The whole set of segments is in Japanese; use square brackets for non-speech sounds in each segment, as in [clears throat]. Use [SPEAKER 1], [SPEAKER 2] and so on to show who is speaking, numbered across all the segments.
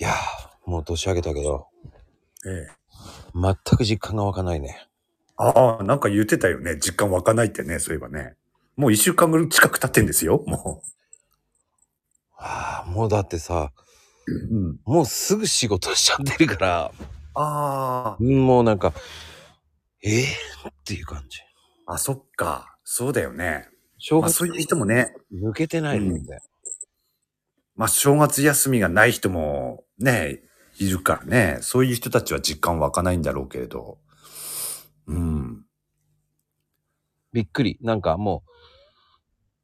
[SPEAKER 1] いやー、もう年上げたけど、
[SPEAKER 2] ええ。
[SPEAKER 1] 全く実感が湧かないね。
[SPEAKER 2] ああ、なんか言ってたよね。実感湧かないってね、そういえばね。もう一週間ぐらい近く経ってんですよ、も
[SPEAKER 1] ああ、もうだってさ、
[SPEAKER 2] う。うん。
[SPEAKER 1] もうすぐ仕事しちゃってるから、
[SPEAKER 2] あ
[SPEAKER 1] うんもうなんか、ええっていう感じ。
[SPEAKER 2] あ、あ、そっか。そうだよね。
[SPEAKER 1] 正
[SPEAKER 2] まあ
[SPEAKER 1] 月
[SPEAKER 2] そういう人もね、
[SPEAKER 1] 抜けてないもんね。
[SPEAKER 2] まあ正月休みがない人もね、いるからね。そういう人たちは実感湧かないんだろうけれど。うん。
[SPEAKER 1] びっくり。なんかも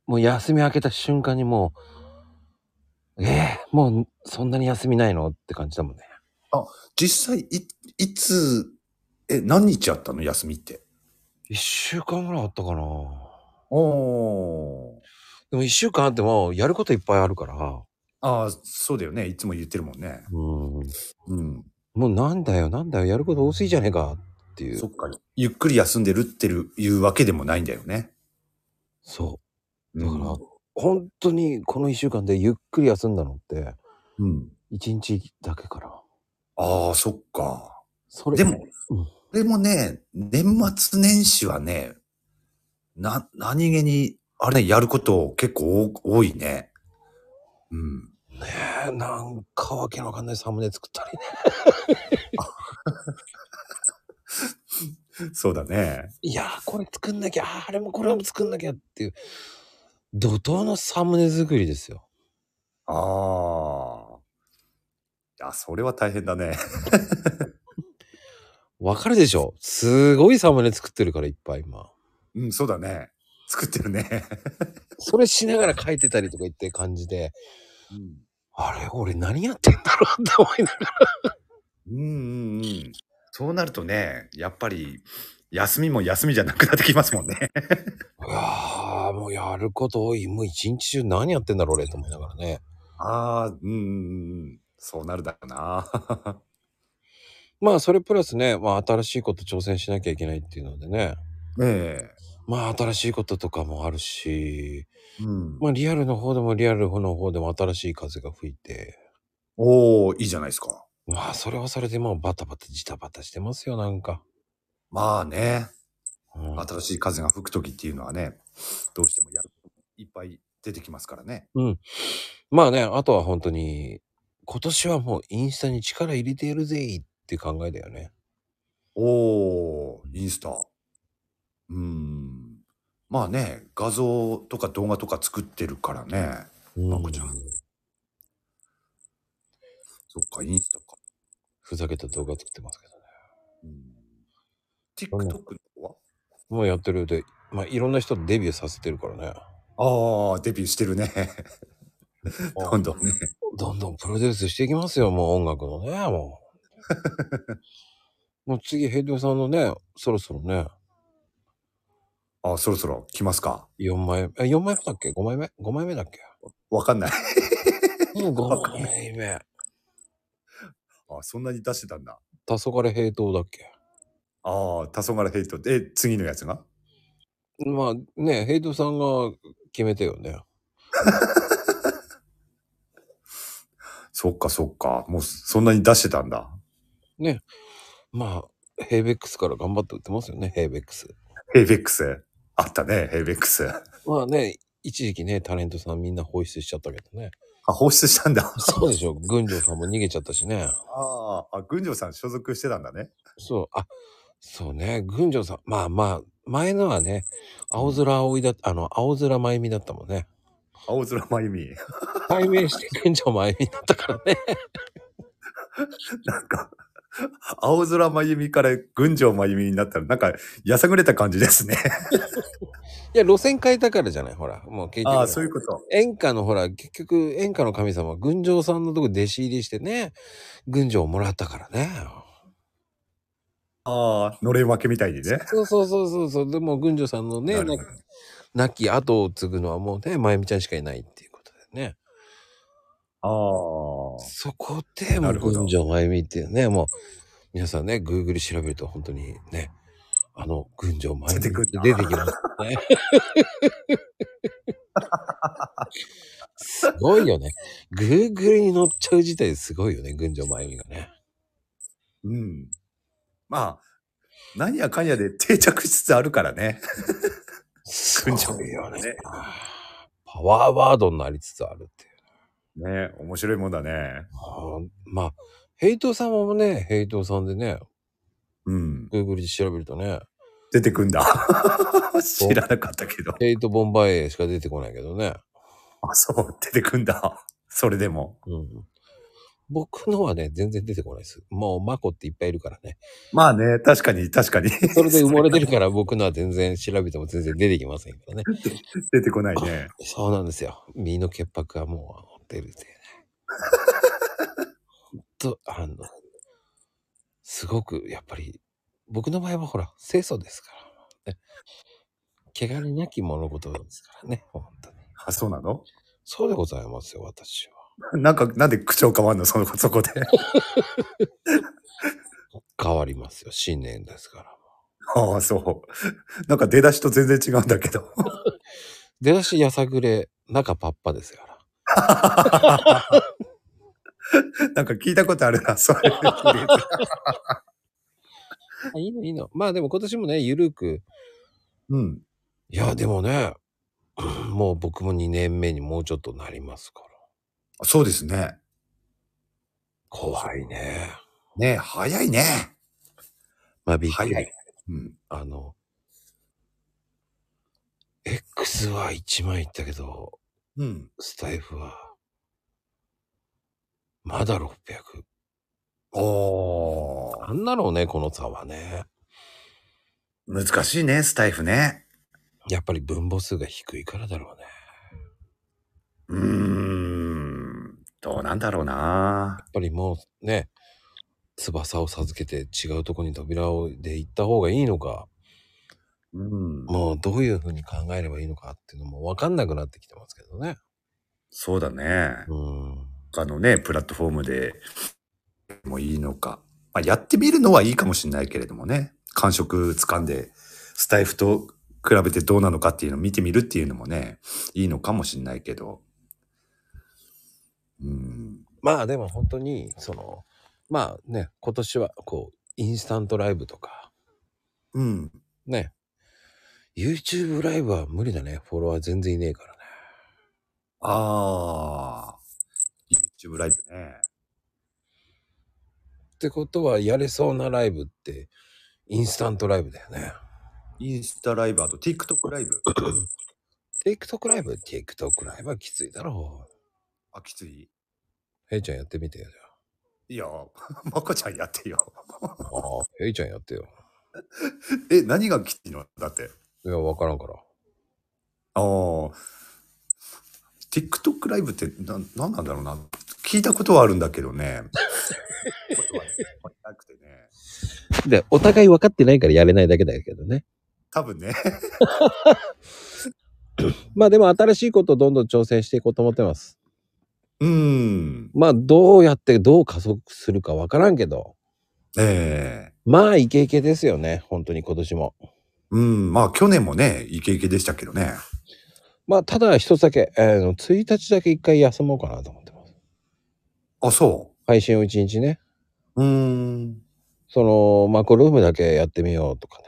[SPEAKER 1] う、もう休み明けた瞬間にもう、ええもうそんなに休みないのって感じだもんね。
[SPEAKER 2] 実際、い、いつ、え、何日あったの休みって。
[SPEAKER 1] 一週間ぐらいあったかな。
[SPEAKER 2] おー。
[SPEAKER 1] でも一週間あっても、やることいっぱいあるから、
[SPEAKER 2] ああ、そうだよね。いつも言ってるもんね。
[SPEAKER 1] うん。
[SPEAKER 2] うん。
[SPEAKER 1] もうなんだよ、なんだよ、やること多すぎじゃねえかっていう。そ
[SPEAKER 2] そっか。ゆっくり休んでるっていうわけでもないんだよね。
[SPEAKER 1] う。だから、本当にこの一週間でゆっくり休んだのって、
[SPEAKER 2] うん。
[SPEAKER 1] 一日だけから。
[SPEAKER 2] ああ、そっか。
[SPEAKER 1] それ
[SPEAKER 2] でも、
[SPEAKER 1] うん
[SPEAKER 2] でもね、年末年始はね、な、何気に、あれね、やること結構多多いね。うん。
[SPEAKER 1] ねえ、なんかわけのわかんないサムネ作ったりね。
[SPEAKER 2] そうだね。
[SPEAKER 1] いやー、これ作んなきゃ、あーあれもこれも作んなきゃっていう、怒涛のサムネ作りですよ。
[SPEAKER 2] ああ。あ、それは大変だね。 [laughs]
[SPEAKER 1] わかるでしょすごいサムネ作ってるからいっぱい今。
[SPEAKER 2] うん、そうだね。作ってるね。 [laughs]
[SPEAKER 1] それしながら書いてたりとか言って感じで、
[SPEAKER 2] うん
[SPEAKER 1] あれ、俺何やってんだろうって思いながら。
[SPEAKER 2] うんうんうん。そうなるとね、やっぱり、休みも休みじゃなくなってきますもんね。
[SPEAKER 1] いやー、もうやること多い。もう一日中何やってんだろう、俺、と思いながらね。
[SPEAKER 2] ああ、うんうんうん。そうなるだろうな。 [laughs]
[SPEAKER 1] まあ、それプラスね、まあ、新しいこと挑戦しなきゃいけないっていうのでね。
[SPEAKER 2] ね
[SPEAKER 1] まあ、新しいこととかもあるし、
[SPEAKER 2] え。うん。
[SPEAKER 1] まあ、リアルの方でもリアルの方でも新しい風が吹いて、
[SPEAKER 2] おおいいじゃないですか。
[SPEAKER 1] まあ、それはそれでもうバタバタ、ジタバタしてますよ、なんか。
[SPEAKER 2] まあね、
[SPEAKER 1] うん
[SPEAKER 2] 新しい風が吹くときっていうのはね、どうしてもやることいっぱい出てきますからね。
[SPEAKER 1] うん。まあね、あとは本当に、今年はもうインスタに力入れてやるぜいって考えだよね。
[SPEAKER 2] おおインスタ。うん。まあね、画像とか動画とか作ってるからね。
[SPEAKER 1] な
[SPEAKER 2] なんかじゃあそっか、インスタか。
[SPEAKER 1] ふざけた動画作ってますけどね。
[SPEAKER 2] うん、TikTok は
[SPEAKER 1] もうやってるで、まあいろんな人デビューさせてるからね。
[SPEAKER 2] ああ、デビューしてるね。 [laughs] どんどんね。
[SPEAKER 1] どんどんプロデュースしていきますよ、もう音楽のね、も [laughs] う。もう次、ヘイドさんのね、そろそろね、
[SPEAKER 2] ああ、そろそろ来ますか。
[SPEAKER 1] 4枚、え、4枚目だっけ ?5 枚目 ?5 枚目だっけ
[SPEAKER 2] わかんない。
[SPEAKER 1] うん、5枚目。
[SPEAKER 2] ああ、そんなに出してたんだ。
[SPEAKER 1] 黄昏平等だっけ
[SPEAKER 2] ああ、黄昏ヘイト。で、次のやつが
[SPEAKER 1] まあね、ヘイドさんが決めてよね。
[SPEAKER 2] そっかそっか。もうそんなに出してたんだ。
[SPEAKER 1] ね。まあ、ヘイベックスから頑張って売ってますよね、ヘイベックス。
[SPEAKER 2] ヘイベックス。あったね、ヘイベックス。あ、
[SPEAKER 1] まあね、一時期ね、タレントさんみんな放出しちゃったけどね。
[SPEAKER 2] 放出したんだ。
[SPEAKER 1] そうでしょ、群青さんも逃げちゃったしね。
[SPEAKER 2] ああ、群青さん所属してたんだね。
[SPEAKER 1] そう、あ、そうね、群青さん、まあまあ、前のはね、青空葵だ、あの、青空まゆみだったもんね。
[SPEAKER 2] 青空真由美。
[SPEAKER 1] 対面して群青まゆみだったからね。
[SPEAKER 2] なんか、青空真由美から群青真由美になったら、なんか、やさぐれた感じですね。
[SPEAKER 1] [laughs] いや、路線変えたからじゃない、ほら、もう結局。
[SPEAKER 2] ああ、そういうこと。
[SPEAKER 1] 演歌のほら、結局、演歌の神様は群青さんのとこ弟子入りしてね、群青をもらったからね。
[SPEAKER 2] ああ、のれん分けみたいにね。
[SPEAKER 1] そうそうそうそうそう、でも群青さんのね、
[SPEAKER 2] なるほ
[SPEAKER 1] な
[SPEAKER 2] ど
[SPEAKER 1] 亡き後を継ぐのはもうね、まゆみちゃんしかいないっていうことでね。
[SPEAKER 2] ああ。
[SPEAKER 1] そこで、も
[SPEAKER 2] な
[SPEAKER 1] う、
[SPEAKER 2] るほど
[SPEAKER 1] 群青まゆみっていうね、もう、皆さんね、Google で調べると本当にね、あの、群青まゆみ
[SPEAKER 2] 出てくるな
[SPEAKER 1] 出てきますね。すごいよね。Google に乗っちゃう自体すごいよね、群青まゆみがね。
[SPEAKER 2] うん。まあ、何やかんやで定着しつつあるからね。
[SPEAKER 1] す
[SPEAKER 2] 群青
[SPEAKER 1] ごいよね
[SPEAKER 2] ね。
[SPEAKER 1] パワーワードになりつつあるっていう。
[SPEAKER 2] ね面白いもんだね。
[SPEAKER 1] あーまあ、ヘイトさんもね、ヘイトさんでね、
[SPEAKER 2] うん。
[SPEAKER 1] Google で調べるとね、
[SPEAKER 2] 出てく
[SPEAKER 1] [laughs]
[SPEAKER 2] んだ。知らなかったけど。
[SPEAKER 1] ヘイトボンバイエしか出てこないけどね。
[SPEAKER 2] あ、そう、出てくんだ。それでも。
[SPEAKER 1] うん。僕のはね、全然出てこないです。もう、マコっていっぱいいるからね。
[SPEAKER 2] まあね、確かに、確かに。
[SPEAKER 1] [laughs] それで埋もれてるから、僕のは全然調べても全然出てきませんからね。
[SPEAKER 2] [laughs] 出てこないね。
[SPEAKER 1] そうなんですよ。身の潔白はもう出るぜ、ね。 [laughs] ほんと、あの、すごく、やっぱり、僕の場合はほら、清楚ですから。ね、汚れなき物事ですからね、本当に。
[SPEAKER 2] あ、そうなの
[SPEAKER 1] そうでございますよ、私は。
[SPEAKER 2] なんか、なんで口調変わんのそのそこで。
[SPEAKER 1] 変わりますよ、新年ですから。
[SPEAKER 2] ああ、そう。なんか出だしと全然違うんだけど。
[SPEAKER 1] 出だしやさぐれ、中パッパですから。
[SPEAKER 2] なんか聞いたことあるな、そ
[SPEAKER 1] [laughs]
[SPEAKER 2] れ。
[SPEAKER 1] あいいの、いいの。まあでも今年もね、ゆるく。
[SPEAKER 2] うん。
[SPEAKER 1] いや、でもね、 [clears throat] もう僕も2年目にもうちょっとなりますから。
[SPEAKER 2] そうですね。
[SPEAKER 1] 怖いね。
[SPEAKER 2] ね早いね。
[SPEAKER 1] まあ、びっくり。
[SPEAKER 2] 早い。うん。
[SPEAKER 1] あの、X は1万いったけど、
[SPEAKER 2] うん。
[SPEAKER 1] スタイフは、まだ600。
[SPEAKER 2] おー
[SPEAKER 1] な。んだろうね、この差はね。
[SPEAKER 2] 難しいね、スタイフね。
[SPEAKER 1] やっぱり分母数が低いからだろうね。
[SPEAKER 2] うーん。どうなんだろうな
[SPEAKER 1] やっ。ぱりもうね、翼を授けて違うとこに扉をで行った方がいいのか、
[SPEAKER 2] うん。
[SPEAKER 1] もうどういうふうに考えればいいのかっていうのも分かんなくなってきてますけどね。
[SPEAKER 2] そうだね。
[SPEAKER 1] うん。
[SPEAKER 2] 他のね、プラットフォームでもいいのか。まあ、やってみるのはいいかもしれないけれどもね。感触掴んで、スタイフと比べてどうなのかっていうのを見てみるっていうのもね、いいのかもしれないけど。うん。
[SPEAKER 1] まあでも本当にそのまあね今年はこうインスタントライブとか
[SPEAKER 2] うん。
[SPEAKER 1] ね YouTube ライブは無理だねフォロワー全然いねえからね
[SPEAKER 2] ああ。YouTube ライブね。
[SPEAKER 1] ってことはやれそうなライブってインスタントライブだよね [coughs]
[SPEAKER 2] インスタライブ、あと TikTok ライブ。
[SPEAKER 1] TikTok ライブ TikTok ライブはきついだろ
[SPEAKER 2] あ、きついう
[SPEAKER 1] ヘイちゃんやってみてよじゃ
[SPEAKER 2] いや、 [laughs] まこちゃんやってよ。
[SPEAKER 1] あああヘイちゃんやってよ
[SPEAKER 2] え、何がきついのだって。
[SPEAKER 1] いやわからんから
[SPEAKER 2] ああ。TikTok ライブってな、なんなんだろうな。聞いたことはあるんだけどね。 [laughs] ことはねなくてね。
[SPEAKER 1] でお互い分かってないからやれないだけだけどね
[SPEAKER 2] 多分ね。
[SPEAKER 1] まあでも新しいことをどんどん挑戦していこうと思ってます
[SPEAKER 2] うん。
[SPEAKER 1] まあどうやってどう加速するかわからんけど
[SPEAKER 2] ええ
[SPEAKER 1] まあイケイケですよね本当に今年も
[SPEAKER 2] うん。まあ、去年もね、イケイケでしたけどね。
[SPEAKER 1] まあただ一つだけ、えーの1日だけ一回休もうかなと思ってます
[SPEAKER 2] あ、そ
[SPEAKER 1] 配信を一日ね
[SPEAKER 2] う。うーん。
[SPEAKER 1] そのマクロームだけやってみようとかね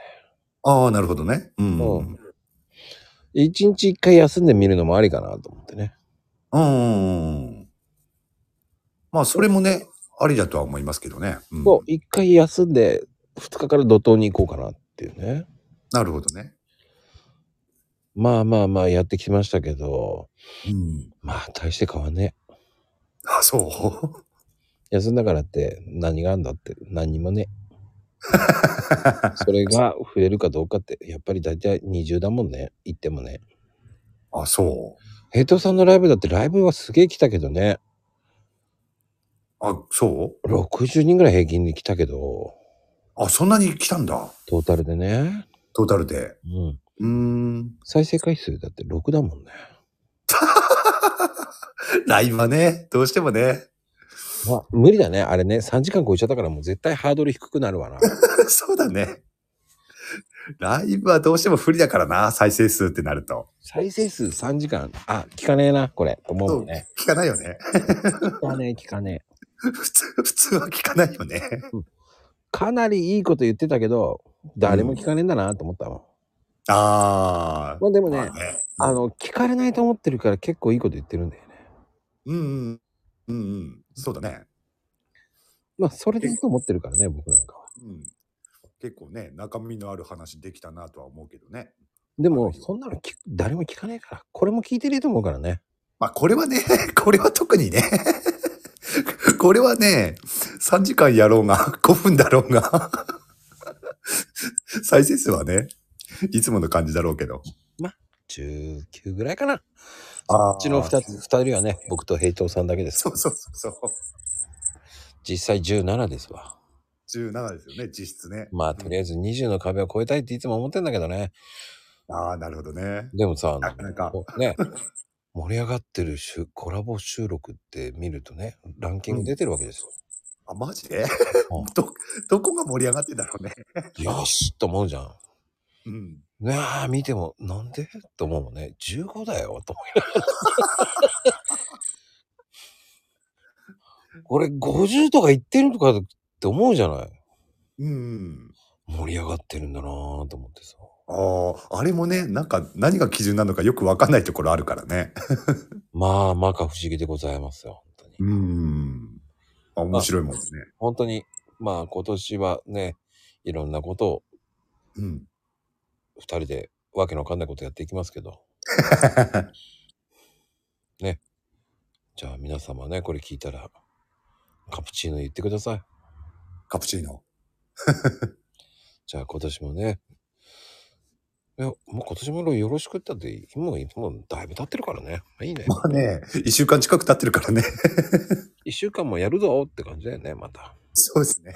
[SPEAKER 2] ああ、なるほどね。うん。
[SPEAKER 1] う
[SPEAKER 2] うんん。
[SPEAKER 1] 一日一回休んでみるのもありかなと思ってね
[SPEAKER 2] うん。まあ、それもね、ありだとは思いますけどね。うん、
[SPEAKER 1] そう一回休んで二日から怒涛に行こうかなっていうね
[SPEAKER 2] なるほどね。
[SPEAKER 1] まあまあまあやってきましたけど
[SPEAKER 2] うん。
[SPEAKER 1] まあ大して変わんねえ
[SPEAKER 2] あ、そう。
[SPEAKER 1] 休んだからって何があんだって何にもねえそれが増えるかどうかってやっぱり大体20だもんね言ってもね
[SPEAKER 2] あ、そう。
[SPEAKER 1] ヘイトさんのライブだってライブはすげえ来たけどね
[SPEAKER 2] あ、そう
[SPEAKER 1] 60人ぐらい平均で来たけど
[SPEAKER 2] あ、そんなに来たんだ。
[SPEAKER 1] トータルでね、
[SPEAKER 2] トータルで。
[SPEAKER 1] うん、
[SPEAKER 2] うーん。
[SPEAKER 1] 再生回数だって6だもんね
[SPEAKER 2] ライブはね、どうしてもね。 [laughs]
[SPEAKER 1] まあ無理だねあれね3時間超えちゃったからもう絶対ハードル低くなるわな
[SPEAKER 2] そうだね。ライブはどうしても不利だからな、再生数ってなると。
[SPEAKER 1] 再生数3時間。あ、聞かねえな、これ。と思うもんね。
[SPEAKER 2] 聞かないよね。 [laughs]
[SPEAKER 1] 聞かねえ、聞かねえ。
[SPEAKER 2] 普通、普通は聞かないよね。
[SPEAKER 1] かなりいいこと言ってたけど、誰も聞かねえんだなと思ったもん。
[SPEAKER 2] あー。
[SPEAKER 1] まあでも
[SPEAKER 2] まあ
[SPEAKER 1] ね、
[SPEAKER 2] ね
[SPEAKER 1] あの、聞かれないと思ってるから結構いいこと言ってるんだよね。
[SPEAKER 2] うんうん。うんうん。そうだね。
[SPEAKER 1] まあ、それでいいと思ってるからね、僕なんかは。
[SPEAKER 2] うん。結構ね、中身のある話できたなとは思うけどね。
[SPEAKER 1] でも、そんなの聞く誰も聞かないから、これも聞いてると思うからね。
[SPEAKER 2] まあこれはね、 [laughs] これは特にね。 [laughs] これはね、3時間やろうが、5分 [laughs] だろうが。 [laughs] 再生数はね、いつもの感じだろうけど。
[SPEAKER 1] 19ぐらいかな。う
[SPEAKER 2] あ
[SPEAKER 1] ちの2つ、2人はね、僕と平等さんだけです。
[SPEAKER 2] そうそうそうそう。
[SPEAKER 1] 実際17ですわ。
[SPEAKER 2] 17ですよね、実質ね。
[SPEAKER 1] まあ、とりあえず20の壁を越えたいっていつも思ってんだけどね。
[SPEAKER 2] ああ、なるほどね。
[SPEAKER 1] でもさ、
[SPEAKER 2] なかなか。
[SPEAKER 1] こうね、盛り上がってるしゅコラボ収録って見るとね、ランキング出てるわけですよ。
[SPEAKER 2] あ、マジで
[SPEAKER 1] うん
[SPEAKER 2] [laughs] ど、どこが盛り上がってんだろうね。
[SPEAKER 1] よしと思うじゃん。
[SPEAKER 2] うん。
[SPEAKER 1] ねえ、見ても、なんでと思うもんね。15だよ、と思いながら。俺、50とか言ってるとかって思うじゃない。
[SPEAKER 2] うん。
[SPEAKER 1] 盛り上がってるんだなぁと思ってさ。
[SPEAKER 2] ああ、あれもね、なんか何が基準なのかよくわかんないところあるからね。
[SPEAKER 1] まあ、まか不思議でございますよ、本当に。
[SPEAKER 2] うん。あ、面白いもんね。
[SPEAKER 1] 本当に、まあ、今年はね、いろんなことを
[SPEAKER 2] うん。
[SPEAKER 1] 二人でわけのわかんないことやっていきますけど。じゃあ、皆様ね、これ聞いたら、カプチーノ言ってください。
[SPEAKER 2] カプチーノ。
[SPEAKER 1] じゃあ今年もね。いや、もう今年もよろしくったって、もう、もうだいぶ経ってるからね。いいね。
[SPEAKER 2] まあね、一週間近く経ってるからね。 [laughs]
[SPEAKER 1] 一週間もやるぞって感じだよね、また。
[SPEAKER 2] そうですね。